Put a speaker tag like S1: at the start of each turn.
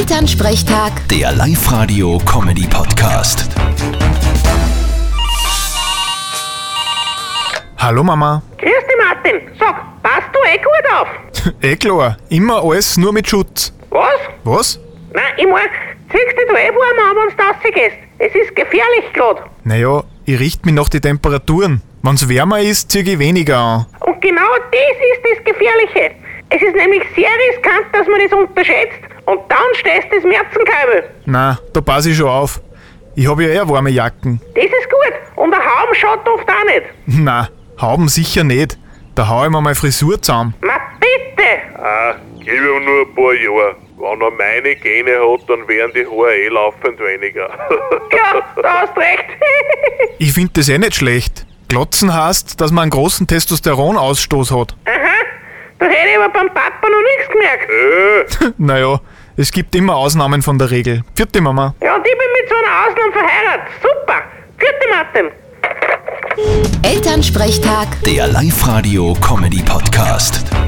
S1: Elternsprechtag,
S2: Der Live-Radio-Comedy-Podcast.
S3: Hallo Mama.
S4: Grüß dich, Martin. Sag, passt du eh gut auf?
S3: Eh klar, immer alles nur mit Schutz.
S4: Was?
S3: Was?
S4: Nein, ich mein, ziehst dich du eh warm an, wenn du rausgehst. Es ist gefährlich grad.
S3: Naja, ich richte mich nach den Temperaturen. Wenn's wärmer ist, zieh ich weniger an.
S4: Und genau das ist das Gefährliche. Es ist nämlich sehr riskant, dass man das unterschätzt. Und dann stehst du das Merzenkeibel.
S3: Na, da pass ich schon auf. Ich hab ja eher warme Jacken.
S4: Das ist gut. Und ein Haum schaut oft auch nicht.
S3: Na, Hauben sicher nicht. Da hau ich mir meine Frisur zusammen.
S4: Ma bitte.
S5: Ah, gebe ihm nur ein paar Jahre. Wenn er meine Gene hat, dann werden die Haare eh laufend weniger.
S4: Ja, da hast recht.
S3: Ich find das eh nicht schlecht. Glotzen heißt, dass man einen großen Testosteronausstoß hat.
S4: Aha. Da hätte ich aber beim Papa noch nichts gemerkt.
S5: äh,
S3: naja, es gibt immer Ausnahmen von der Regel. Vierte Mama.
S4: Ja, und ich bin mit so einer Ausnahme verheiratet. Super. Gute Martin.
S1: Elternsprechtag.
S2: Der Live-Radio-Comedy-Podcast.